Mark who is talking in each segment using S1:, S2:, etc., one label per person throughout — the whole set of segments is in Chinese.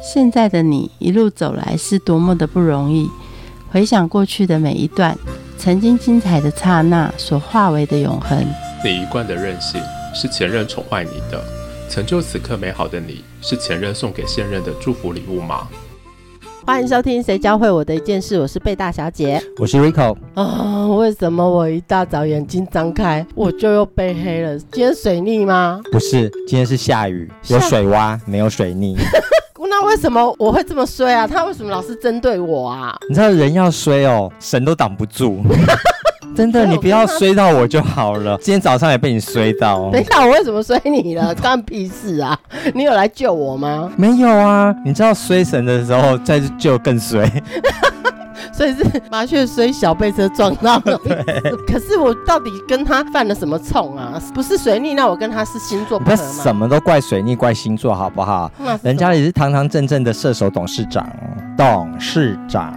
S1: 现在的你一路走来是多么的不容易。回想过去的每一段，曾经精彩的刹那所化为的永恒。
S2: 你一贯的任性是前任宠坏你的，成就此刻美好的你是前任送给现任的祝福礼物吗？
S1: 欢迎收听《谁教会我的一件事》，我是贝大小姐。
S3: 我是 Rico，
S1: 啊，为什么我一大早眼睛张开，我就又被黑了？今天水逆吗？
S3: 不是，今天是下雨，有
S1: 下
S3: 水洼，没有水 逆。
S1: 那为什么我会这么衰啊？他为什么老是针对我啊？
S3: 你知道人要衰哦，神都挡不 住。真
S1: 哎
S3: 的，你
S1: 我
S3: 不
S1: 跟
S3: 要
S1: 他
S3: 衰到我就好了。今天早上也被你衰到。
S1: 等一下，我为什么衰你了？干屁事啊！你有来救我吗？
S3: 没有啊，你知道衰神的时候再就更衰。
S1: 所以是麻雀虽小被车撞到 了。可是我到底跟他犯了什么冲啊？不是水逆，那我跟他是星座
S3: 你
S1: 不
S3: 不
S1: 合
S3: 要
S1: 吗？
S3: 什么都怪水逆，怪星座好不好？
S1: 那是什么
S3: 人家也是堂堂正正的射手董事长，董事 长，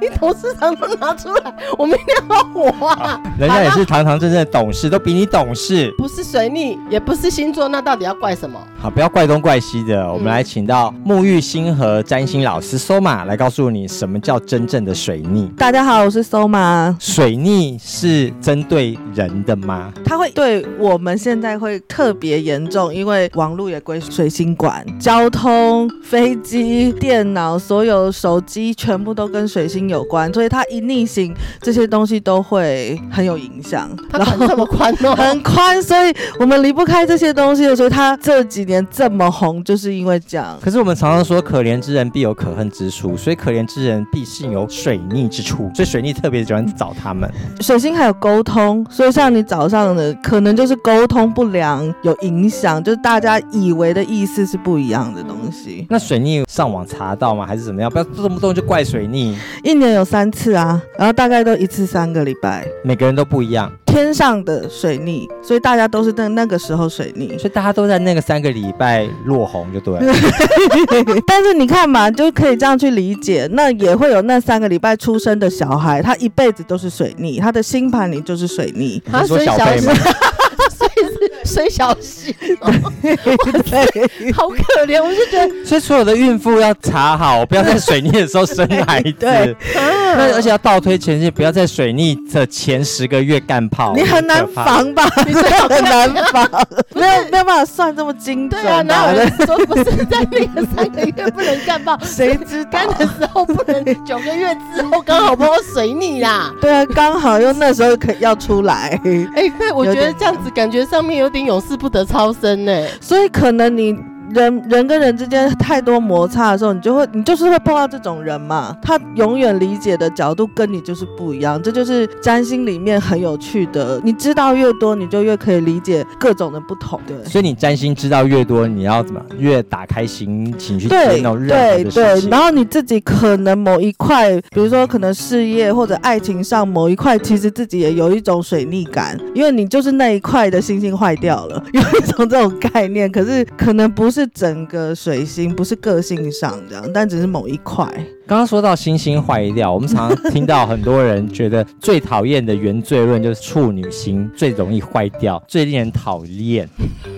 S1: 你董事长都拿出来，我明天要我 啊！
S3: 人家也是堂堂正正的董事，都比你懂事。
S1: 不是水逆，也不是星座，那到底要怪什么？
S3: 好，不要怪东怪西的，我们
S1: 嗯
S3: 来请到沐浴星河占星老师 Soma 来告诉你什么叫真正的水逆。
S4: 大家好，我是 Soma。
S3: 水逆是针对人的吗？
S4: 它会对我们现在会特别严重，因为网络也归水星管，交通、飞机、电脑、所有手机全部都跟水星有关，所以它一逆行，这些东西都会很有影响。
S1: 他 管这么宽哦、
S4: 很宽，所以我们离不开这些东西的时候，它这几年这么红，就是因为这样。
S3: 可是我们常常说，可怜之人必有可恨之处，所以可怜之人必是有水逆之处，所以水逆特别喜欢找他们。
S4: 水星还有沟通，所以像你早上的可能就是沟通不良有影响，就是大家以为的意思是不一样的东西。
S3: 那水逆上网查到吗？还是怎么样？不要动不动就怪水逆，
S4: 一年有三次啊，然后大概都一次三个礼拜。
S3: 每个人都不一样，
S4: 天上的水逆，所以大家都是在那个时候水逆。
S3: 所以大家都在那个三个礼拜落红，就对了。
S4: 但是你看嘛，就可以这样去理解，那也会有那三个礼拜出生的小孩，他一辈子都是水逆，他的星盘里就是水逆。
S3: 你
S1: 他
S3: 是说
S1: 水
S3: 小
S1: 啊小
S3: 贝
S1: 心
S3: 吗？
S1: 所以是水小心，
S4: 对
S1: 好可怜。我就觉得，
S3: 所以所有的孕妇要查好，不要在水逆的时候生孩 子。
S4: 哎对
S3: 那而且要倒推前进，不要在水逆的前十个月干
S1: 哦
S3: 炮。
S4: 你很难
S3: 可怕。
S4: 防吧？
S1: 你最好
S4: 很
S1: 看
S4: 难防， 没有没有办法算这么精
S1: 对啊，
S4: 准
S1: 哪
S4: 啊
S1: 有人说不是在那个三个月不能干爆，
S4: 谁知道
S1: 干？的时候不能，九个月之后刚好不好水逆啦。
S4: 对啊，刚好又那时候可要出来。
S1: 哎、对，我觉
S4: 有
S1: 得
S4: 点
S1: 这样子感觉上面有点永世不得超生呢、
S4: 所以可能你人人跟人之间太多摩擦的时候，你就会你就是会碰到这种人嘛，他永远理解的角度跟你就是不一样，这就是占星里面很有趣的。你知道越多，你就越可以理解各种的不同。对。
S3: 所以你占星知道越多，你要怎么越打开心情去接
S4: 对
S3: 受任何的事
S4: 对对，
S3: 情
S4: 然。后你自己可能某一块，比如说可能事业或者爱情上某一块，其实自己也有一种水逆感，因为你就是那一块的星星坏掉了，有一种这种概念。可是可能不是整个水星，不是个性上这样，但只是某一块。
S3: 刚刚说到星星坏掉，我们常常听到很多人觉得最讨厌的原罪论就是处女星最容易坏掉，最令人讨厌。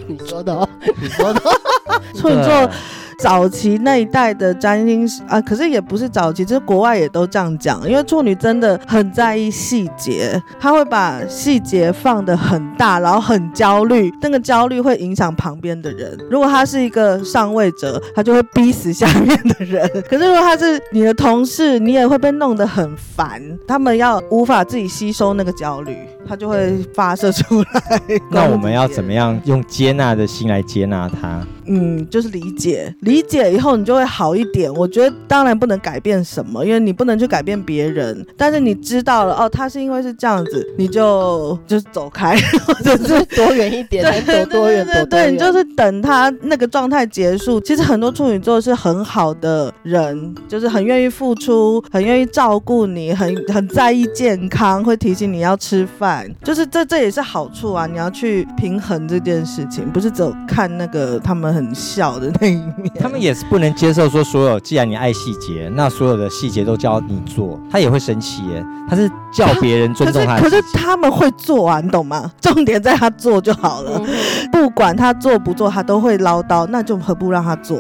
S1: 你说的哦，你说 的、哦，
S4: 处女座早期那一代的占星师啊，可是也不是早期，就是国外也都这样讲，因为处女真的很在意细节，她会把细节放得很大，然后很焦虑，那个焦虑会影响旁边的人。如果他是一个上位者，他就会逼死下面的人；可是如果他是你的同事，你也会被弄得很烦，他们要无法自己吸收那个焦虑，他就会发射出来。
S3: 那我们要怎么
S4: 样？
S3: 样用接纳的心来接纳它？
S4: 嗯，就是理解，理解以后你就会好一点。我觉得当然不能改变什么，因为你不能去改变别人，但是你知道了哦，他是因为是这样子，你就就是走开，或者是
S1: 躲远一点，能躲多远躲
S4: 对对
S1: 多
S4: 对对，
S1: 远。
S4: 你就是等他那个状态结束。其实很多处女座是很好的人，就是很愿意付出，很愿意照顾你，很很在意健康，会提醒你要吃饭，看，就是这这也是好处啊，你要去平衡这件事情，不是只有看那个他们很笑的那一面。
S3: 他们也是不能接受说所有，既然你爱细节，那所有的细节都叫你做，他也会生气耶。他是叫别人尊
S4: 可
S3: 重
S4: 是
S3: 他
S4: 可
S3: 的细
S4: 是
S3: 节。
S4: 他们会做啊，你懂吗？ 重点在他做就好了，
S1: 嗯哼
S4: 不管他做不做，他都会唠叨，那就何不让他做？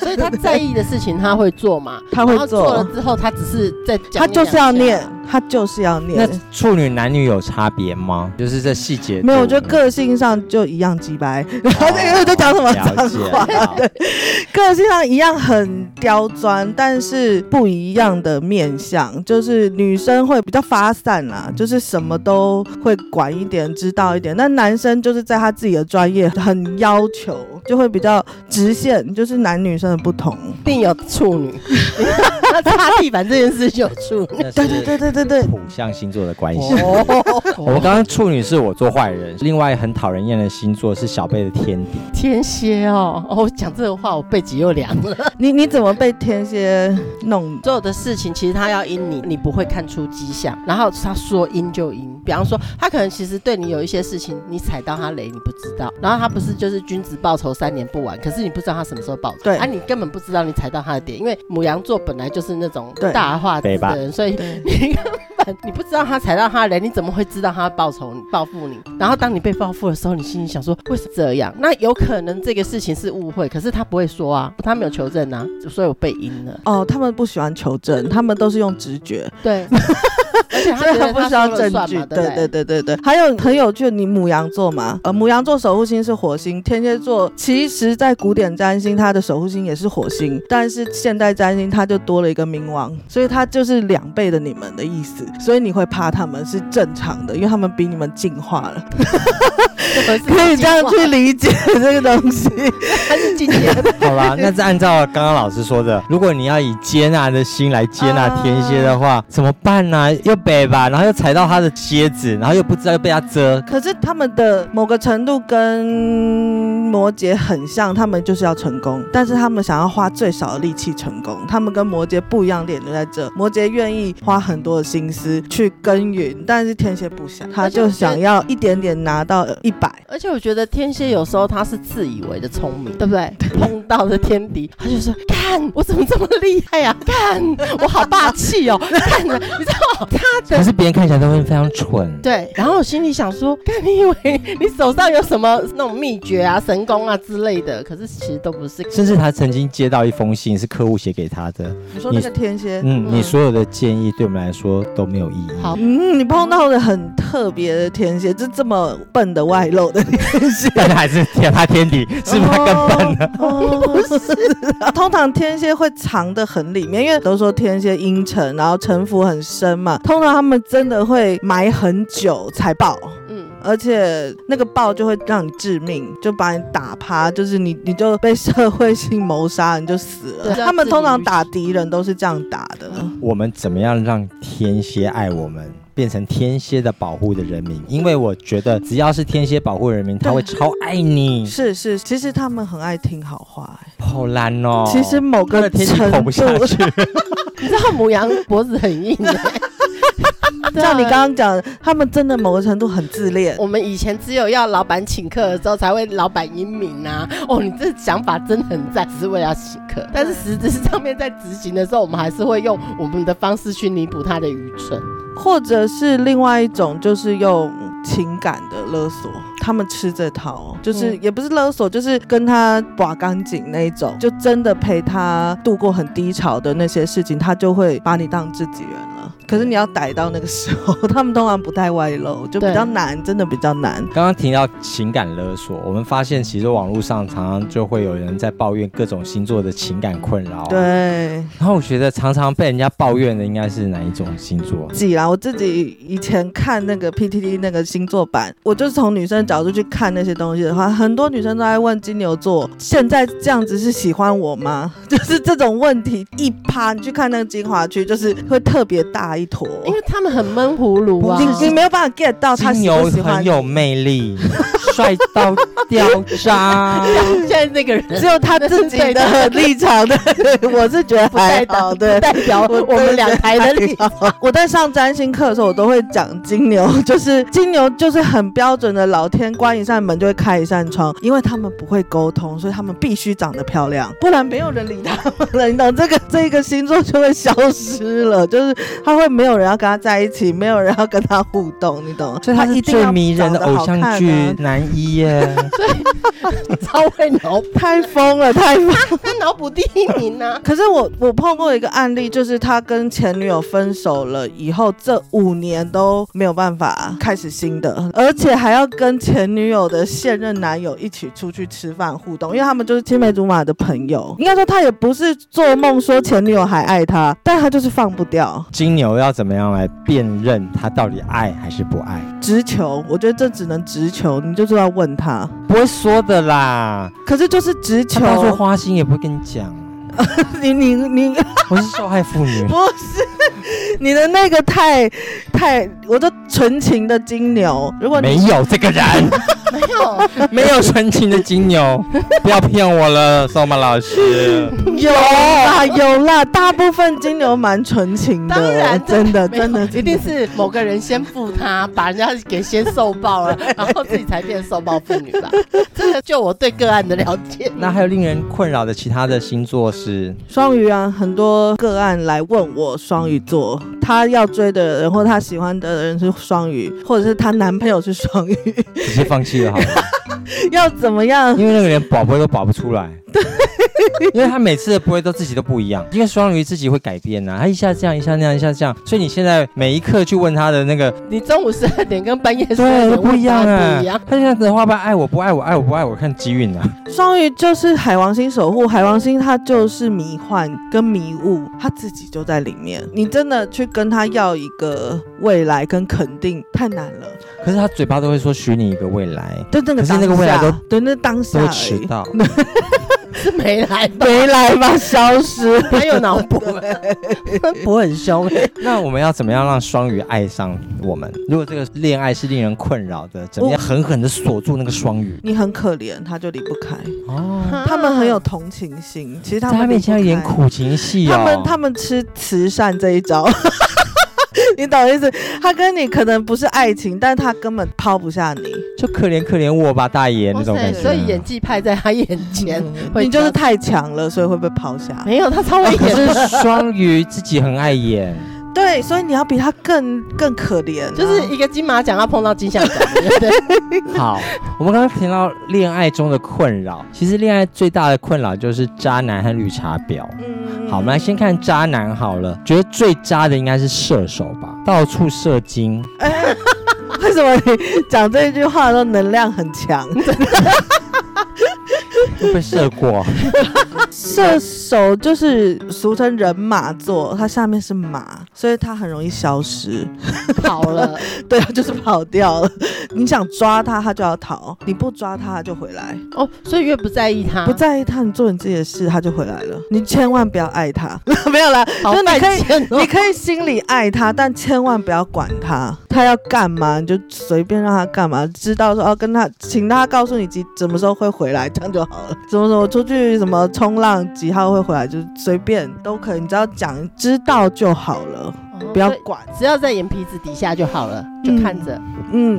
S1: 所以他在意的事情他 会做嘛，
S4: 他会
S1: 然后
S4: 做
S1: 做了之后，他只是在讲
S4: 他
S1: 一
S4: 就是要
S1: 两下
S4: 念，他就是要
S3: 那
S4: 念。
S3: 处女男女有差别吗？就是这细节
S4: 没有，我
S3: 对哦
S4: 觉得个性上就一样鸡掰。然后 那个我在讲什么
S3: 了
S4: 脏
S3: 解
S4: 话？
S3: 好
S4: 个性上一样很刁钻，但是不一样的面相，就是女生会比较发散啦、就是什么都会管一点，知道一点。但男生就是在他自己的专业很要求，就会比较直线，就是男女生的不同。
S1: 一定有处 女，那擦地板这件事就有 处女。
S3: 那是
S4: 对对对对对对，
S3: 土象星座的关系。我 们
S1: 哦，
S3: 刚刚处女是我做坏人，另外很讨人厌的星座是小贝的天敌。
S1: 天蝎哦，哦，我讲这个话我背脊又凉了。
S4: 你你怎么被天蝎弄？
S1: 所有的事情其实他要因你，你不会看出迹象，然后他说因就因。比方说，他可能其实对你有一些事情，你踩到他雷，你不知道。然后他不是就是君子报仇三年不晚，可是你不知道他什么时候报仇，
S4: 对
S1: 啊，你根本不知道你踩到他的点，因为母羊座本来就是那种
S4: 对
S1: 大话直
S3: 北吧
S1: 的人，所以
S4: 对，
S1: 你根本你不知道他踩到他的雷，你怎么会知道他报仇你报复你？然后当你被报复的时候，你心里想说为什么这样？那有可能这个事情是误会，可是他不会说啊，他没有求证啊，所以我被阴了。
S4: 哦，他们不喜欢求证，他们都是用直觉。
S1: 对，而且
S4: 所以他
S1: 他
S4: 不需要证据，
S1: 对对嗯
S4: 对对对对。还有很有趣，你母羊座嘛，呃，母羊座守护星是火星，天蝎座
S1: 嗯
S4: 其实在古典占星它的守护星也是火星，但是现代占星它就多了一个冥王，所以它就是两倍的你们的意思，所以你会怕他们是正常的，因为他们比你们进 化了，
S1: 对
S4: 可以这样去理解这个东西。
S1: 他是进阶的，
S3: 好啦，那是按照刚刚老师说的，如果你要以接纳的心来接纳天蝎的话，
S1: 哦
S3: 怎么办呢、又北吧，然后又踩到他的蝎子，然后又不知道又被他遮。
S4: 可是他们的某个程度跟摩羯很像，他们就是要成功，但是他们想要花最少的力气成功。他们跟摩羯不一样的点就在这，摩羯愿意花很多的心思去耕耘，但是天蝎不想，他就想要一点点拿到一百。
S1: 而且我觉得天蝎有时候他是自以为的聪明，对不对？ 碰到的天敌，他就说：“看我怎么这么厉害呀、看我好霸气哦！看了，你知道 他
S3: 可
S1: 的
S3: 是别人看起来都会非常蠢。
S1: 对。”然后我心里想说：“看你以为你手上有什么那种秘诀啊、神功啊之类的，可是其实都不是。”
S3: 甚至他曾经接到一封信，是客户写给他的。
S4: 你说那个天蝎，
S1: 嗯
S3: 嗯，你所有的建议对我们来说都没有意义。
S1: 好
S4: 嗯，你碰到的很特别的天蝎，就这么笨的外露的天蝎。
S3: 大家还是舔他 天敌，是不是他更笨呢？
S4: 哦，不是，通常天蝎会藏得很里面，因为都说天蝎阴沉，然后城府很深嘛。通常他们真的会埋很久才爆，
S1: 嗯，
S4: 而且那个爆就会让你致命，就把你打趴，就是你你就被社会性谋杀，你就死了。
S1: 对
S4: 他们通常打敌人都是这样打的。
S3: 我们怎么样让天蝎爱我们，变成天蝎的保护的人民？因为我觉得只要是天蝎保护人民，他会超爱你。
S4: 是是，其实他们很爱听好话、欸
S3: 好烂哦！
S4: 其实某
S3: 他
S4: 个
S3: 的天蝎
S4: 程
S3: 口
S4: 度
S3: 不，下去，
S1: 你知道母羊脖子很硬、欸，
S4: 像你刚刚讲的，他们真的某个程度很自恋。
S1: 我们以前只有要老板请客的时候才会老板英明啊！哦，你这想法真的很赞，只是为了要请客。但是实质上面在执行的时候，我们还是会用我们的方式去弥补他的愚蠢。
S4: 或者是另外一种，就是用情感的勒索，他们吃这套，哦就是
S1: 嗯
S4: 也不是勒索，就是跟他把干净那一种，就真的陪他度过很低潮的那些事情，他就会把你当自己人了。可是你要逮到那个时候， 他们通常不太外露，就比
S1: 对哦
S4: 较难，真的比较难。
S3: 刚刚提到情感勒索，我们发现其实网络上常常就会有人在抱怨各种星座的情感困扰。，
S4: 对，
S3: 然后我觉得常常被人家抱怨的应该是哪一种星座？
S4: 己啦，我自己以前看那个 PTT 那个星座版，我就是从女生角度去看那些东西的话，很多女生都在问金牛座，现在这样子是喜欢我吗？ 就是这种问题一趴，你去看那个精华区，就是会特别大一坨，
S1: 因为他们很闷葫芦啊。
S3: 哦
S4: 你你没有办法 get 到他
S3: 金
S4: 喜
S3: 牛
S4: 不喜欢
S3: 很
S4: 你
S3: 有魅力，帅到掉渣。
S1: 现在那个人
S4: 只有他自 己
S1: 对
S4: 的
S1: 的
S4: 立场的， 我是觉得
S1: 不代
S4: 还
S1: 表
S4: 好，
S1: 不
S4: 对。
S1: 代表我们两台
S3: 哎
S1: 的立场。
S4: 哎 我在上占星课的时候，我都会讲金牛， 就是金牛就是很标准的老天关一扇门就会开一扇窗，因为他们不会沟通，所以他们必须长得漂亮，不然没有人理他们了。你懂这个 这个星座就会消失了， 就是他会没有人要跟他在一起，没有人要跟他互动，你懂？
S3: 所以他是
S4: 一定要
S3: 最迷人的
S4: 长得
S3: 偶
S4: 好看
S3: 像
S4: 啊
S3: 剧男一耶，
S1: 超会脑补，
S4: 太疯了，太疯了
S1: 他脑补第一名啊呢、
S4: 可是我我碰过一个案例，就是他跟前女友分手了以后，这五年都没有办法开始新的，而且还要跟前女友的现任男友一起出去吃饭互动，因为他们就是青梅竹马的朋友。应该说他也不是做梦说前女友还爱他，但他就是放不掉，
S3: 金牛要怎么样来辨认他到底爱还是不爱？
S4: 直球。我觉得这只能直球，你就是要问他。
S3: 不会说的啦，
S4: 可是就是直
S3: 他
S4: 球，
S3: 当做花心也不会跟你讲。
S4: 你你你，
S3: 我是受害妇女
S4: 不是， 你的那个太太，我都纯情的金牛。如果
S3: 没
S4: 你
S3: 有这个人，
S1: 没有，
S3: 没有纯情的金牛， 不要骗我了，宋曼老师。
S4: 有啦有啦，大部分金牛蛮纯情的，哦
S1: 当然
S4: 真的
S1: 没有
S4: 真的
S1: 一定是某个人先负他，把人家给先受爆了，然后自己才变受暴妇女吧。这个就我对个案的了解。
S3: 那还有令人困扰的其他的星座是，
S4: 双鱼啊，很多个案来问我双鱼座，他要追的人或他喜欢的人是双鱼，或者是她男朋友是双鱼，
S3: 直接放弃了好 了，
S4: 要怎么样？
S3: 因为那个人保不会都保不出来。因为他每次的不会都自己都不一样，因为双鱼自己会改变啊呐、他一下这样，一下那样，一下这样，所以你现在每一刻去问他的那个，
S1: 你中午十二点跟半夜十二
S3: 对，
S1: 点
S3: 都不一样
S1: 啊，
S3: 啊
S1: 不一样。。
S3: 他现在的话吧，爱我不爱我，爱我不爱我，看机运啊。
S4: 双鱼就是海王星守护，海王星它就是迷幻跟迷雾，它自己就在里面。你真的去跟他要一个未来跟肯定，太难了。
S3: 可是他嘴巴都会说许你一个未来，
S4: 对那
S3: 可
S4: 个
S3: 是
S4: 当
S3: 那个未来
S4: 下
S3: 都
S4: 对那当下
S3: 都会
S4: 而
S3: 迟
S4: 已
S3: 到。
S1: 是没来吧？
S4: 没来吧，消失。
S1: 他有脑补，
S3: 我很凶。那我们要怎么样让双鱼爱上我们？如果这个恋爱是令人困扰的，怎么样狠狠的锁住那个双鱼？
S4: 你很可怜，他就离不开。
S3: 哦，
S4: 他们 很有同情
S1: 啊
S4: 心，其实他
S3: 在
S4: 们
S3: 他面前要
S4: 离不
S3: 演
S4: 开
S3: 苦情戏哦。
S4: 他们他们吃慈善这一招。 你懂意思？他跟你可能不是爱情，但他根本抛不下你，
S3: 就可怜可怜我吧，大爷那
S1: 哇
S3: 种
S1: 塞
S3: 感觉。
S1: 所以演技派在他眼前，会
S4: 你就是
S1: 挑
S4: 太强了，所以会被抛下。
S1: 没有他超会
S3: 哦可
S1: 演 的，
S3: 是双鱼自己很爱演，
S4: 对，所以你要比他更更可怜啊、
S1: 就是一个金马奖要碰到金像奖，对不对？
S3: 好，我们刚刚提到恋爱中的困扰，其实恋爱最大的困扰就是渣男和绿茶婊。
S4: 嗯
S3: 好，我们来先看渣男好了，觉得最渣的应该是射手吧，到处射精，
S4: 哎 为什么你讲这句话的时候能量很 强？
S3: 又被射过。
S4: 射手就是俗称人马座，它下面是马，所以它很容易消失。
S1: 跑了，
S4: 对，它就是跑掉了。你想抓它，它就要逃；你不抓它，它就回来。
S1: 哦，所以越不在意他，
S4: 不在意它，你做你自己的事，它就回来了。你千万不要爱它，没有啦，
S1: 好
S4: 就是你可
S1: 犯
S4: 以
S1: 贱哦
S4: 你可以心里爱他，但千万不要管他，他要干嘛你就随便让他干嘛，知道说哦，跟他请他告诉你几什么时候会回来，这样就好了。什么什么出去什么冲浪几号会回来，就是随便都可以，你只要讲知道就好了，
S1: 哦
S4: 不要
S1: 所以
S4: 管。
S1: 只要在眼皮子底下就好了，就看着。
S4: 嗯，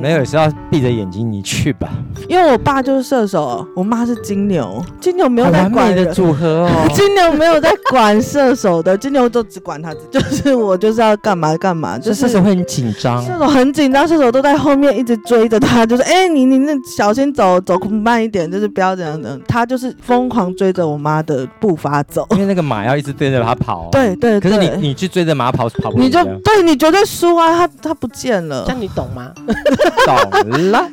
S3: 没有，也是要闭着眼睛，你去吧。
S4: 因为我爸就是射手，哦我妈是金牛，金牛没有
S3: 好
S4: 在
S3: 完
S4: 管
S3: 美
S4: 人。
S3: 的组合哦
S4: 金牛没有在管射手的，金牛就只管他自己， 就是我就是要干嘛干嘛，就
S3: 这
S4: 是
S3: 射手会很紧张，
S4: 射手很紧张，射手都在后面一直追着他，就是哎、你你那小心走，走慢一点，就是不要这样的。他就是疯狂追着我妈的步伐走。
S3: 因为那个马要一直对着他跑。。
S4: 对对
S3: 哦可
S4: 对，
S3: 是你你去追着马跑跑不
S4: 你
S3: 赢
S4: 就
S3: 的，
S4: 对你绝对输啊！他他不见了
S1: 这，样你懂吗？
S3: 懂了。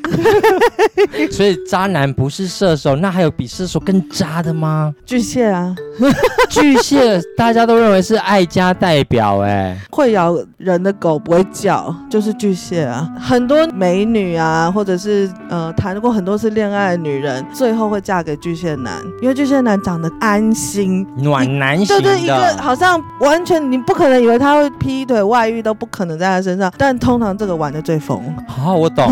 S3: 所以渣男不是射手，那还有比射手更渣的吗？
S4: 巨蟹啊，
S3: 巨蟹大家都认为是爱家代表、哎，
S4: 会咬人的狗不会叫，就是巨蟹啊。很多美女啊，或者是呃谈过很多次恋爱的女人，最后会嫁给巨蟹男，因为巨蟹男长得安心，
S3: 暖男型
S4: 对
S3: 的。
S4: 对，一个好像完全你不可能以为他会劈劈腿、外遇都不可能在他身上，但通常这个玩的最疯，
S3: 好，我 懂，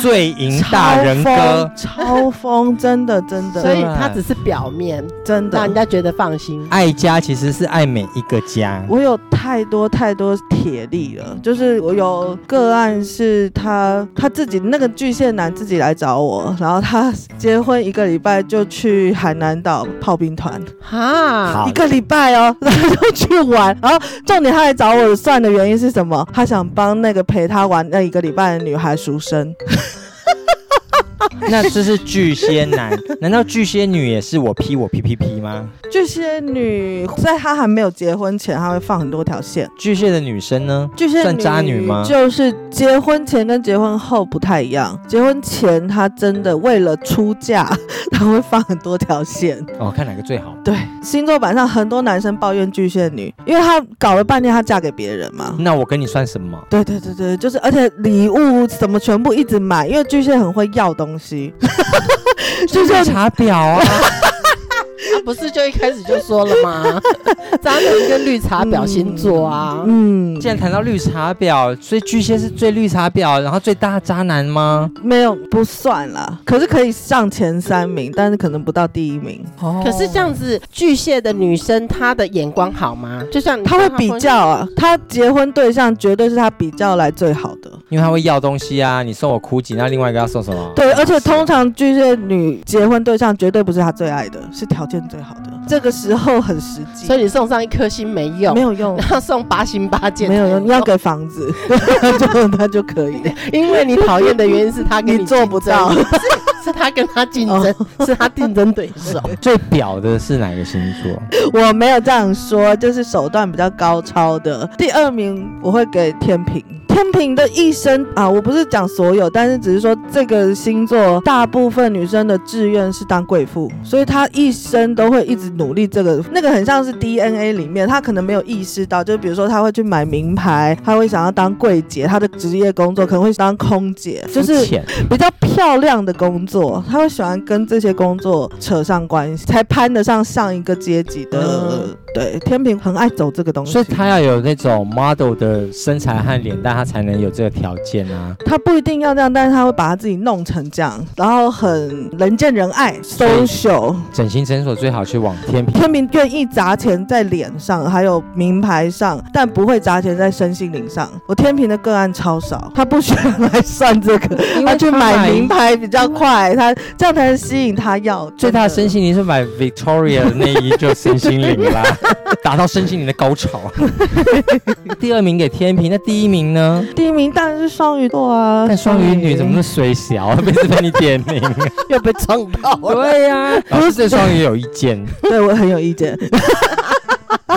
S3: 醉淫大人
S4: 超
S3: 哥
S4: 疯，，超疯，真的真
S1: 所
S4: 的
S1: 以他只是表面，
S4: 真
S1: 让
S4: 的
S1: 人。家觉得放心。
S3: 爱家其实是爱每一个家。
S4: 我有太多太多铁力了，就是我有个案是他他自己那个巨蟹男自己来找我，然后他结婚一个礼拜就去海南岛炮兵团，
S1: 哈
S3: 好，
S4: 一个礼拜哦， 然后就去玩。然后重点他来找我算的原因是什么？他想帮那个陪他玩那一个礼拜的女孩赎身。
S3: 那这是巨蟹男，难道巨蟹女也是我 P 我 P P P 吗？
S4: 巨蟹女在她还没有结婚前，她会放很多条线。
S3: 巨蟹的女生呢？
S4: 巨蟹
S3: 算渣女吗
S4: 就是结婚前跟结婚后不太一样。结婚前她真的为了出嫁， 她会放很多条线。
S3: 哦，看哪个最好。
S4: 对，星座版上很多男生抱怨巨蟹女，因为她搞了半天她嫁给别人嘛。
S3: 那我跟你算什么？
S4: 对对对对，就是，而且礼物什么全部一直买，因为巨蟹很会要东西。 巨蟹
S3: 绿茶婊啊！
S1: 他不是就一开始就说了 吗？渣男跟绿茶婊星座啊，
S4: 嗯，
S3: 既然谈到绿茶婊，所以巨蟹是最绿茶婊，然后最大渣男吗？
S4: 没有不算啦，可是可以上前三名，但是可能不到第一名。
S3: 哦
S1: 可是这样子，巨蟹的女生她的眼光好吗？就像你
S4: 嗯他会
S1: 说
S4: 比
S1: 婚
S4: 较啊，他结婚对象绝对是他比较来最好的。
S3: 因为他会要东西啊，你送我枯井，那另外一个要送什么？
S4: 对，而且通常巨蟹女结婚对象绝对不是她最爱的，是条件最好的。这个时候很实际，
S1: 所以你送上一颗星没用，
S4: 没有 用，
S1: 要 送八星八箭
S4: 没有用，你要
S1: 给，
S4: 给房子， 就他就可 以。
S1: 因为你讨厌的原因是他跟
S4: 你做
S1: 竞
S4: 不
S1: 争
S4: 到，哦
S1: 是他跟他竞争，是他竞争对手。
S3: 最婊的是哪个星座？
S4: 我没有这样说，就是手段比较高超的。第二名我会给天平。天平的一生啊，我不是讲所有，但是只是说这个星座大部分女生的志愿是当贵妇，所以她一生都会一直努力这个。那个很像是 DNA 里面，她可能没有意识到，就比如说她会去买名牌，她会想要当柜姐，她的职业工作可能会当空姐，就是
S3: 肤浅
S4: 比较漂亮的工作，他会喜欢跟这些工作扯上关系，才攀得上上一个阶级的。
S1: 嗯
S4: 对，天平很爱走这个东西，
S3: 所以他要有那种 model 的身材和脸蛋，他才能有这个条件啊。
S4: 他不一定要这样，但是他会把他自己弄成这样，然后很人见人爱，social。
S3: 整形诊所最好去往天平。
S4: 天平愿意砸钱在脸上，还有名牌上，但不会砸钱在身心灵上。我天平的个案超少，他不喜欢来算这个，
S3: 因为
S4: 他 去
S3: 他
S4: 买
S3: 买
S4: 名牌比较快，他这样才能吸引他要。
S3: 最大的
S4: 真
S3: 身心灵是买 Victoria 的内衣就身心灵 啦，达到身心灵的高潮。第二名给天平，那第一名呢？
S4: 第一名当然是双鱼座啊，
S3: 但双鱼女怎么那么水小啊？每次被你点 名。
S1: 又被撞到了。
S3: 对呀、老师对双鱼有意 见，
S4: 对我很有意 见？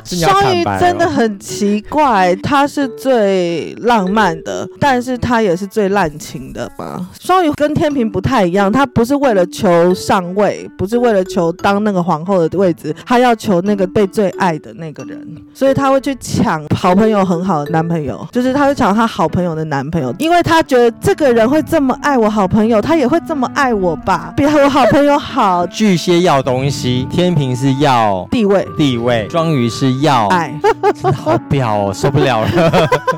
S3: 真的要
S4: 双
S3: 坦
S4: 鱼
S3: 白哦
S4: 真的很奇怪，他是最浪漫的，但是他也是最滥情的吧？双鱼跟天平不太一样，他不是为了求上位，不是为了求当那个皇后的位置，他要求那个被最爱的那个人，所以他会去抢好朋友很好的男朋友，就是他会抢他好朋友的男朋友，因为他觉得这个人会这么爱我好朋友，他也会这么爱我吧，比我好朋友好
S3: 巨蟹要东西，天平是要
S4: 地位。
S3: 地位，双鱼是要
S4: 爱，
S3: 真的好婊哦，受不了 了。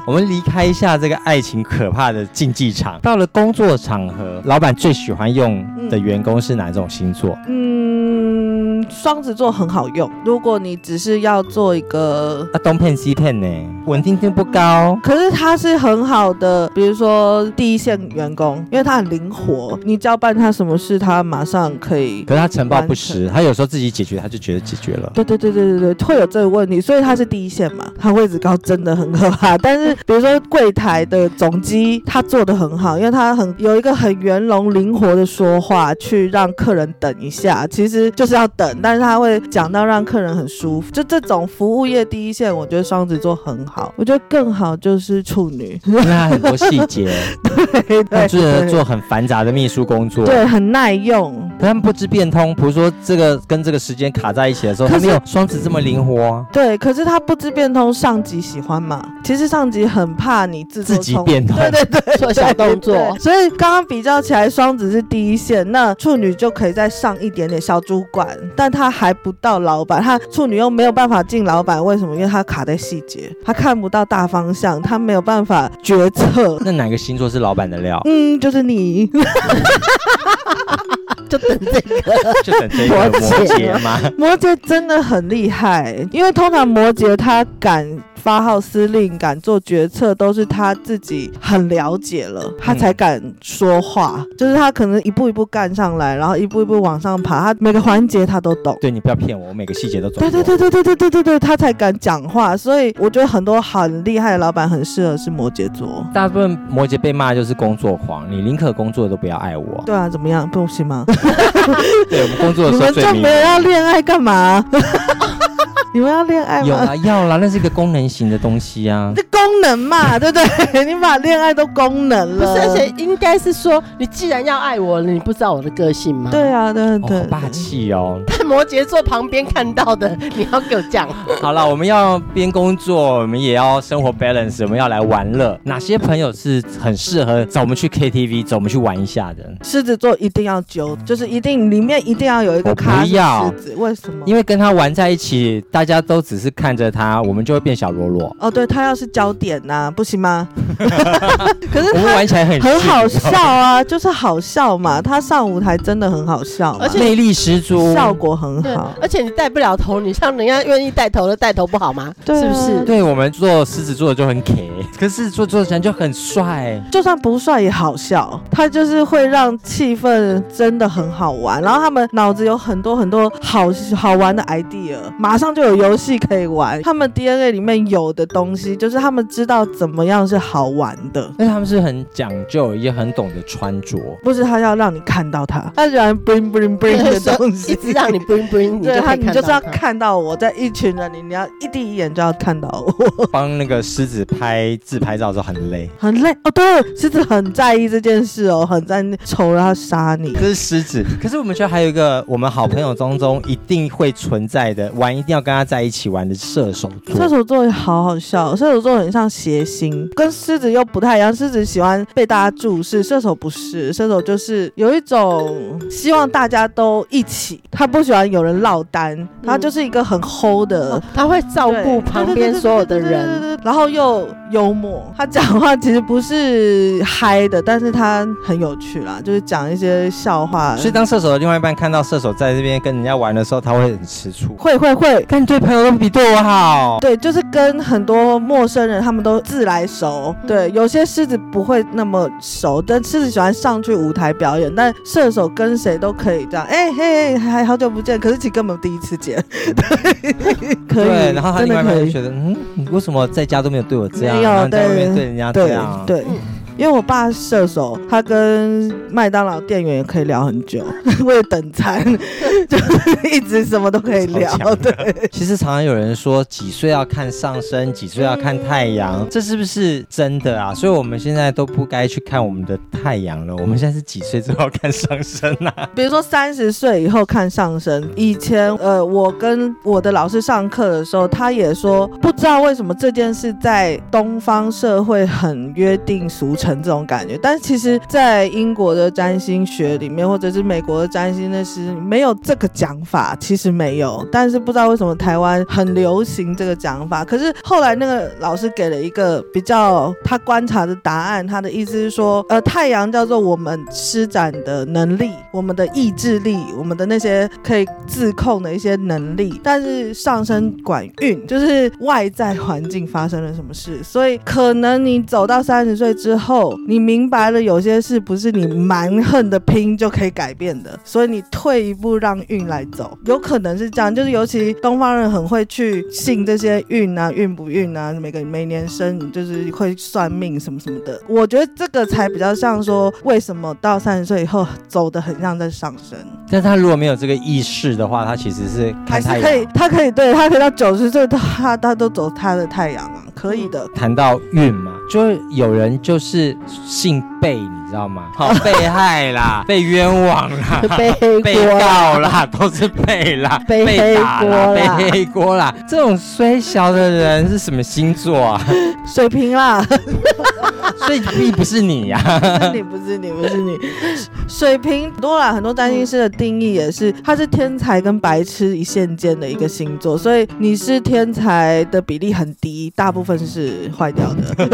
S3: 我们离开一下这个爱情可怕的竞技场，到了工作场合，老板最喜欢用的员工是哪种星座？
S4: 嗯，双子座很好用。如果你只是要做一个，
S3: 啊，东骗西骗呢，稳定性不高。
S4: 可是他是很好的，比如说第一线员工，因为他很灵活，你交办他什么事，他马上可以
S3: 可。是他承包不实，他有时候自己解决，他就觉得解决了。
S4: 嗯对对对对对对，会有这个问题，所以他是第一线嘛，他位置高真的很可怕。但是比如说柜台的总机，他做的很好，因为他很有一个很圆融灵活的说话，去让客人等一下，其实就是要等，但是他会讲到让客人很舒服。就这种服务业第一线，我觉得双子座很好，我觉得更好就是处女，
S3: 因为他很多细节， 他
S4: 对对
S3: 们适合
S4: 对，
S3: 做很繁杂的秘书工作。
S4: 对很耐用。
S3: 可他们不知变通，比如说这个跟这个时间卡在一起的时候，
S4: 可
S3: 他
S4: 是
S3: 没有双子这么灵活啊，
S4: 对，可是他不知变通，上级喜欢嘛？其实上级很怕你自作
S3: 自己
S4: 聪
S3: 变通。
S4: 对对对，
S1: 做小动作
S4: 对所以刚刚比较起来，双子是第一线，那处女就可以再上一点点小主管，但他还不到老板，他处女又没有办法进老板，为什么？因为他卡在细节，他看不到大方向，他没有办法决策。？
S3: 那哪个星座是老板的料
S4: 嗯，就是你，
S1: 就等这个。
S3: 就等这个
S1: 摩
S3: 摩
S1: 羯
S3: 羯吗？
S4: 摩羯真的很厉害，因为通常摩羯他敢发号施令、敢做决策，都是他自己很了解了，他才敢说话。就是他可能一步一步干上来，然后一步一步往上爬，他每个环节他都懂。
S3: 对你不要骗我，我每个细节都走过。
S4: 对对对对对对对对对，他才敢讲话，所以我觉得很多很厉害的老板很适合是摩羯座。
S3: 大部分摩羯被骂就是工作狂，你宁可工作都不要爱我。
S4: 对啊，怎么样？不行吗？
S3: 对我们工作的
S4: 你
S3: 时候
S4: 们
S3: 最
S4: 这
S3: 迷
S4: 没有要恋爱干嘛？你们要恋爱
S3: 有
S4: 吗？
S3: 啦要啦，那是一个功能型的东西啊。
S4: 这功 能嘛，对不对？ 你把恋爱都功能
S1: 不
S4: 了，
S1: 是，而且应该是说，你既然要爱我了，你不知道我的个性吗？，
S4: 对啊，对
S3: 哦，
S4: 对
S3: 好
S4: 对，
S3: 霸气哦！
S1: 在摩羯座旁边看到的，你要给我讲。
S3: 好了，我们要边工作，我们也要生活 balance，我们要来玩乐。哪些朋友是很适合找我们去 KTV，找我们去玩一下的？
S4: 狮子座一定要揪，就是一定里面一定要有一个
S3: 我不
S4: 咖是
S3: 要
S4: 狮子，为什么？
S3: 因为跟他玩在一起，大家都只是看着他，我们就会变小喽啰。
S4: 哦，对他要是焦点呐、不行吗？ 可是
S3: 我们
S4: 他
S3: 玩起来很
S4: 很好
S3: 刺激
S4: 笑啊，就是好笑嘛，他上舞台真的很好笑嘛，
S1: 而且
S3: 内力十足，
S4: 效果很
S1: 对
S4: 好，。
S1: 而且你带不了头，你像人家愿意带头的带头不好吗？
S4: 对啊
S1: 是不是？
S3: 对我们做狮子座的就很 K，可是狮子座做起来就很帅。
S4: 就算不帅也好笑，他就是会让气氛真的很好玩。然后他们脑子有很多很多好好玩的 idea，马上就有游戏可以玩。他们 DNA 里面有的东西，就是他们知道怎么样是好玩的。
S3: 但是他们是很讲究，也很懂得穿着。
S4: 不是他要让你看到他，他喜欢 bling bling bling
S1: 就是
S4: 的
S1: 说
S4: 东
S1: 一
S4: 西，
S1: 直 让你 bling bling，你
S4: 对
S1: 就
S4: 他
S1: 可以
S4: 你
S1: 看
S4: 就是
S1: 到
S4: 要
S1: 他。
S4: 看到我在一群人里，你要一第一眼就要看到我，
S3: 帮那个狮子拍自拍照的时候很累，
S4: 很累哦。对，狮子很在意这件事哦，很在意，丑了要杀你
S3: 这。是狮子。可是我们觉得还有一个我们好朋友当中一定会存在的玩，一定要跟他在一起玩的射手
S4: 射
S3: 座。
S4: 手座也好好笑，射手座很像谐星，跟狮子又不太一样。狮子喜欢被大家注视，射手不是，射手就是有一种希望大家都一起，他不喜欢有人落单，他就是一个很齁的
S1: 哦。他会照顾
S4: 嗯对
S1: 旁边所有的，
S4: 对对对对
S1: 人，
S4: 对对对然后又幽默。他讲话其实不是嗨的，但是他很有趣啦，就是讲一些笑话。
S3: 所以当射手的另外一半看到射手在这边跟人家玩的时候，他会很吃醋。
S4: 会会会，
S3: 但对朋友都比对我好。
S4: 对，就是跟很多陌生人，他们都自来熟。对，有些狮子不会那么熟，但狮子喜欢上去舞台表演，但射手跟谁都可以这样。哎、嘿，还好久不见，可是其实根本第一次见。 对，可以，
S3: 对，然后他
S4: 真
S3: 另外
S4: 的
S3: 一半就
S4: 可以。
S3: 觉得，嗯，你为什么在家都没有对我这样，
S4: 没有
S3: 然后在外面
S4: 对
S3: 对人家这
S4: 对
S3: 样？
S4: 对
S1: 嗯，
S4: 因为我爸射手，他跟麦当劳店员也可以聊很久， 为了等餐， 就是一直什么都可以聊
S3: 超。强
S4: 对，
S3: 其实常常有人说，几岁要看上升，几岁要看太阳，这是不是真的啊？所以我们现在都不该去看我们的太阳了，我们现在是几岁之后看上升啊？
S4: 比如说三十岁以后看上升，以前呃，我跟我的老师上课的时候，他也说，不知道为什么这件事在东方社会很约定俗成这种感觉，但其实，在英国的占星学里面，或者是美国的占星那是没有这个讲法，其实没有，但是不知道为什么台湾很流行这个讲法。可是后来那个老师给了一个比较他观察的答案，他的意思是说，呃，太阳叫做我们施展的能力，我们的意志力，我们的那些可以自控的一些能力，但是上升管运就是外在环境发生了什么事，所以可能你走到三十岁之后，你明白了有些事不是你蛮横的拼就可以改变的，所以你退一步让运来走，有可能是这样，就是尤其东方人很会去信这些运啊、运不运啊，每个每年生你就是会算命什么什么的，我觉得这个才比较像说为什么到三十岁以后走的很像在上升。
S3: 但他如果没有这个意识的话，他其实是看
S4: 还是
S3: 太
S4: 可以
S3: 阳。，
S4: 他可以对他可以到九十岁，他他都走他的太阳啊，可以的。
S3: 谈到运嘛，就有人就是姓被，你知道吗？好，被害 啦，被冤枉啦，
S1: 背黑
S3: 被
S1: 锅 啦。
S3: 告啦，都是被啦，
S1: 背黑
S3: 被打啦，
S1: 锅啦
S3: 被黑锅啦。 这种衰小的人是什么星座啊？
S4: 水瓶啦，
S3: 所以并不是你啊呀、
S4: 不 是你，不是你，不是你。水瓶多啦，很多占星师的定义也是，他是天才跟白痴一线间的一个星座，所以你是天才的比例很低，大部分是坏掉的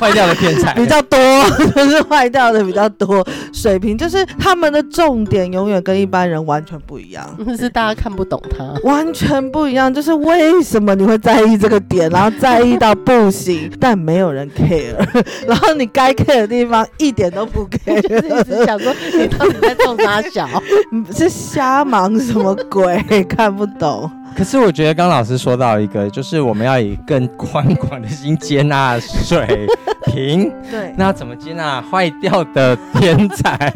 S3: 坏掉的天才。
S4: 比较多， 就是坏掉的比较多。水瓶就是他们的重点永远跟一般人完全不一样。
S1: 是大家看不懂 他。
S4: 完全不一样，就是为什么你会在意这个点，然后在意到不行，但没有人 care，然后你该 care 的地方一点都不 care，
S1: 就是一直想说你到底在冲啥小？
S4: 嗯是瞎忙什么 鬼？看不懂。
S3: 可是我觉得刚老师说到一个，就是我们要以更宽广的心接纳水瓶，
S4: 对
S3: 那怎么接纳坏掉的天才？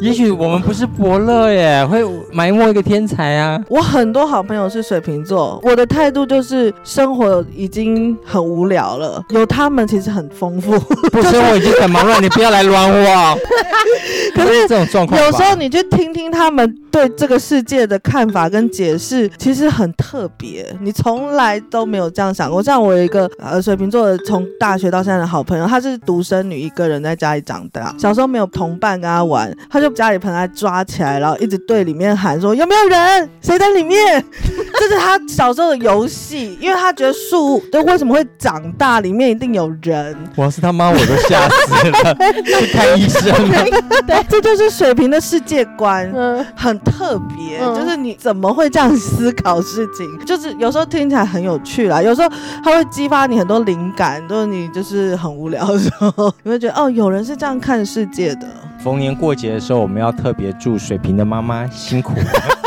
S3: 也许我们不是伯乐耶，会埋没一个天才 啊。
S4: 我很多好朋友是水瓶座，我的态度就是生活已经很无聊了，有他们其实很丰富。
S3: 不是，我已经很忙乱，你不要来乱 我。
S4: 可是
S3: 这种状况吧，
S4: 有时候你去听听他们对这个世界的看法跟解释，其实很特别，你从来都没有这样想过。像我有一个呃水瓶座的，从大学到现在的好朋友，她是独生女，一个人在家里长大，小时候没有同伴跟她玩，她就家里盆她抓起来，然后一直对里面喊说有没有人，谁在里面？ 这是她小时候的游戏，因为她觉得树就为什么会长大，里面一定有人。
S3: 我要是他妈我都吓死了， 去看医生啊了。
S4: 对，这就是水瓶的世界观。
S1: 嗯，
S4: 很特别，
S1: 嗯
S4: 就是你怎么会这样思考事情？就是有时候听起来很有趣啦，有时候它会激发你很多灵感，就是你就是很无聊的时候，你会觉得哦，有人是这样看世界的。
S3: 逢年过节的时候，我们要特别祝水瓶的妈妈辛苦，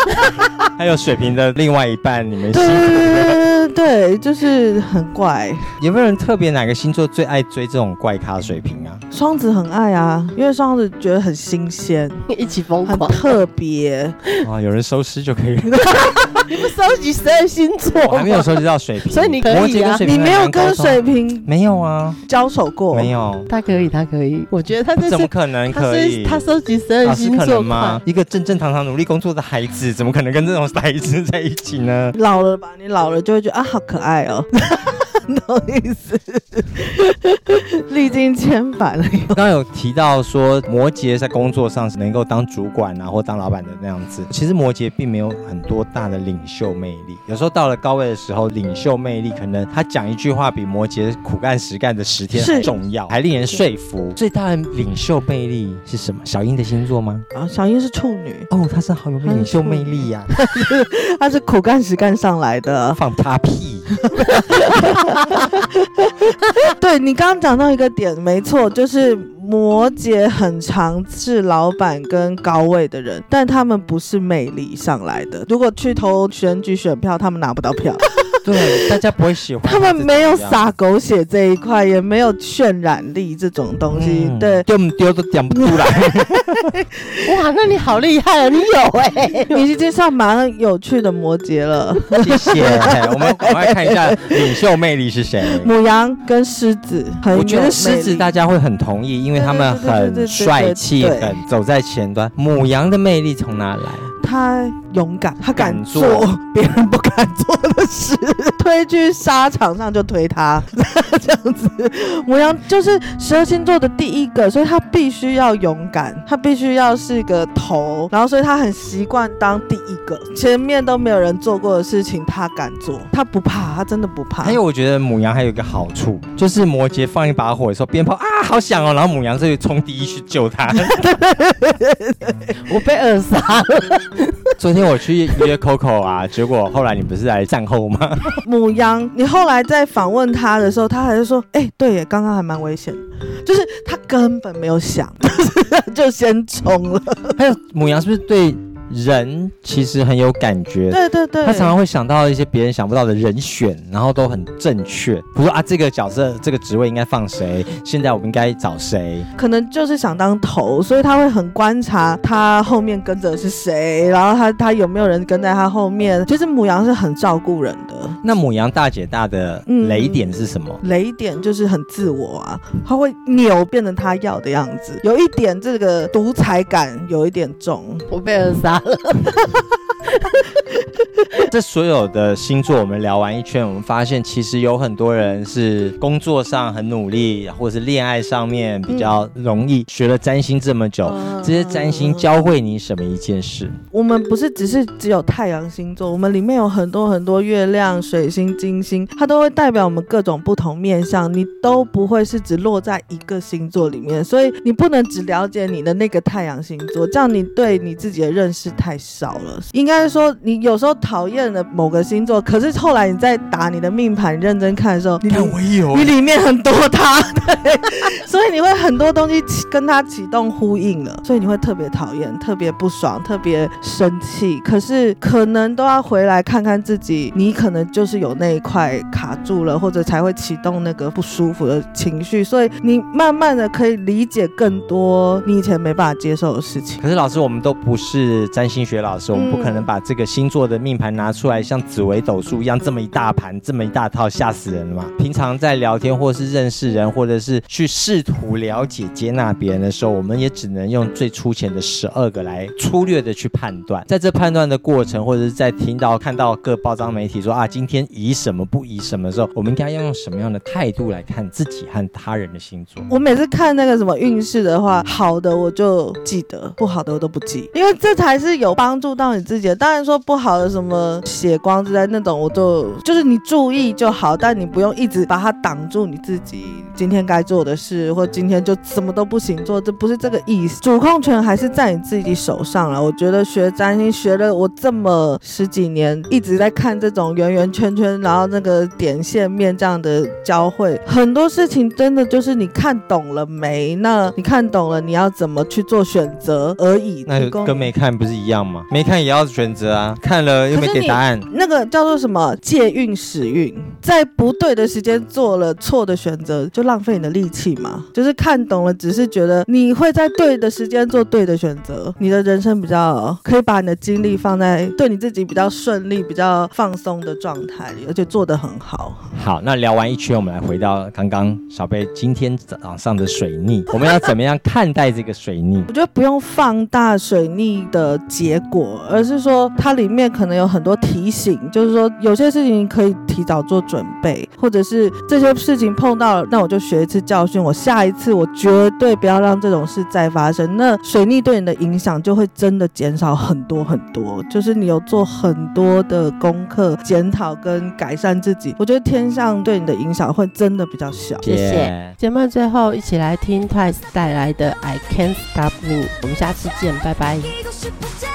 S3: 还有水瓶的另外一半，你们辛
S4: 对
S3: 苦。
S4: 对对对，就是很怪。
S3: 有没有人特别哪个星座最爱追这种怪咖水瓶 啊？
S4: 双子很爱啊，因为双子觉得很新鲜、
S1: 一起疯
S4: 很
S1: 狂，
S4: 特别。
S3: 啊，有人收尸就可以了。
S1: 你不收集十二星座
S3: 我还没有收集到水瓶，
S1: 所以你可以啊
S3: 摩羯跟水瓶
S4: 你没有
S3: 很难
S4: 跟
S3: 沟通
S4: 水瓶
S3: 没有啊，
S4: 交手过？
S3: 没。有，
S1: 他可以，他可以，我觉得哦他这
S3: 怎么
S1: 是
S3: 可能
S1: 他
S3: 可以
S1: 是？他收集十
S3: 老
S1: 二
S3: 师
S1: 星
S3: 可
S1: 座
S3: 能吗
S1: 款？。
S3: 一个正正堂堂努力工作的孩子，怎么可能跟这种孩子在一起呢？
S4: 老了吧？你老了就会觉得啊，好可爱哦， 懂意 思？历经千帆了，
S3: 刚刚有提到说摩羯在工作上是能够当主管啊或当老板的那样子，其实摩羯并没有很多大的领袖魅力。有时候到了高位的时候，领袖魅力可能他讲一句话比摩羯苦干实干的十天还
S4: 是
S3: 重要，还令人说服。最大的领袖魅力是什么？小英的星座吗？
S4: 啊，小英是处女，
S3: 哦，他是好有领袖魅力 呀、
S4: 她是苦干实干上来的。
S3: 放他屁！
S4: 对你刚刚讲到一个点，没错，就是摩羯很常是老板跟高位的人，但他们不是魅力上来的。如果去投选举选票，他们拿不到票，
S3: 对，大家不会喜欢
S4: 他们没有
S3: 这样
S4: 撒狗血这一块，也没有渲染力这种东西。
S3: 嗯
S4: 对，
S3: 丢不丢都讲不出 来。
S1: 哇，那你好厉害啊！你有哎，
S4: 你已经上马上有趣的摩羯了。
S3: 谢谢，我们赶快看一下领袖魅力是谁。
S4: 母羊跟狮子很
S3: 我
S4: 有魅力，
S3: 觉得狮子大家会很同意，因为他们很帅气，
S4: 对对对对对
S3: 很走在前端。母羊的魅力从哪来？
S4: 他勇敢，他敢
S3: 敢做
S4: 做别人不敢做的事， 推去沙场上就推他， 这样子。母羊就是十二星座的第一个，所以他必须要勇敢，他必须要是个头，然后所以他很习惯当第一个，前面都没有人做过的事情他敢做，他不怕，他真的不怕。
S3: 还有，我觉得母羊还有一个好处，就是摩羯放一把火的时候，鞭炮啊好响哦，然后母羊就会冲第一去救他。
S1: 我被扼杀了。
S3: 昨天我去约 Coco 啊，结果后来你不是来战后 吗？
S4: 母羊，你后来在访问他的时候，他还是说：“哎、对耶，刚刚还蛮危险的，就是他根本没有想， 就先冲了。
S3: 还有母羊是不是对人其实很有感”觉？
S4: 对对对，
S3: 他常常会想到一些别人想不到的人选，然后都很正确。比如说啊，这个角色、这个职位应该放谁？现在我们应该找谁？
S4: 可能就是想当头，所以他会很观察他后面跟着是谁，然后他他有没有人跟在他后面。就是母羊是很照顾人的，了。
S3: 那母羊大姐大的
S4: 嗯
S3: 雷点是什么？
S4: 雷点就是很自我啊，他会扭变成他要的样子，有一点这个独裁感有一点重。
S1: 我被人杀了，
S3: 这所有的星座，我们聊完一圈，我们发现其实有很多人是工作上很努力，或是恋爱上面比较容易。学了占星这么久，
S4: 嗯
S3: 哦这些占星教会你什么一件事？
S4: 我们不是只是只有太阳星座，我们里面有很多很多月亮、水星、金星，它都会代表我们各种不同面相，你都不会是只落在一个星座里面，所以你不能只了解你的那个太阳星座，这样你对你自己的认识太少了。应该说，你有时候讨厌了某个星座，可是后来你在打你的命盘认真看的时候，你
S3: 但我也有啊
S4: 你里面很多它，对， 所以你会很多东西起跟它启动呼应了，所以你会特别讨厌、特别不爽、特别生气。可是可能都要回来看看自己，你可能就是有那一块卡住了，或者才会启动那个不舒服的情绪，所以你慢慢的可以理解更多你以前没办法接受的事情。
S3: 可是老师，我们都不是占星学老师，我们不可能把这个星座的命盘拿出来，像紫微斗数一样这么一大盘、这么一大套，吓死人了嘛！平常在聊天，或是认识人，或者是去试图了解、接纳别人的时候，我们也只能用最粗浅的十二个来粗略的去判断。在这判断的过程，或者是在听到、看到各报章媒体说啊，今天以什么不以什么的时候，我们应该要用什么样的态度来看自己和他人的星座？
S4: 我每次看那个什么运势的话，好的我就记得，不好的我都不记，因为这才是有帮助到你自己的。当然说不好的什么血光之灾那种，我就就是你注意就好，但你不用一直把它挡住你自己今天该做的事，或今天就什么都不行做，这不是这个意思。主控权还是在你自己手上了。我觉得学占星学了我这么十几年，一直在看这种圆圆圈圈，然后那个点线面这样的交汇，很多事情真的就是你看懂了没？那你看懂了，你要怎么去做选择而已。
S3: 那
S4: 提供
S3: 跟没看不是一样吗？没看也要选择啊，看了又没给答案。
S4: 那个叫做什么借运使运，在不对的时间做了错的选择，就浪费你的力气嘛。就是看懂了，只是觉得你会在对的时间做对的选择，你的人生比较可以把你的精力放在对你自己比较顺利、比较放松的状态里，而且做得很好。
S3: 好，那聊完一圈，我们来回到刚刚小贝今天早上的水逆，我们要怎么样看待这个水逆？
S4: 我觉得不用放大水逆的结果，而是说它里面可能有很多提醒，就是说有些事情可以提早做准备，或者是这些事情碰到了，那我就学一次教训，我下一次我绝对不要让这种事再发生。那水逆对你的影响就会真的减少很多很多，就是你有做很多的功课、检讨跟改善自己，我觉得天象对你的影响会真的比较小。
S1: 谢谢节目最后一起来听 Twice 带来的《I Can't Stop Me》，我们下次见，拜拜。
S5: 이곳 슈퍼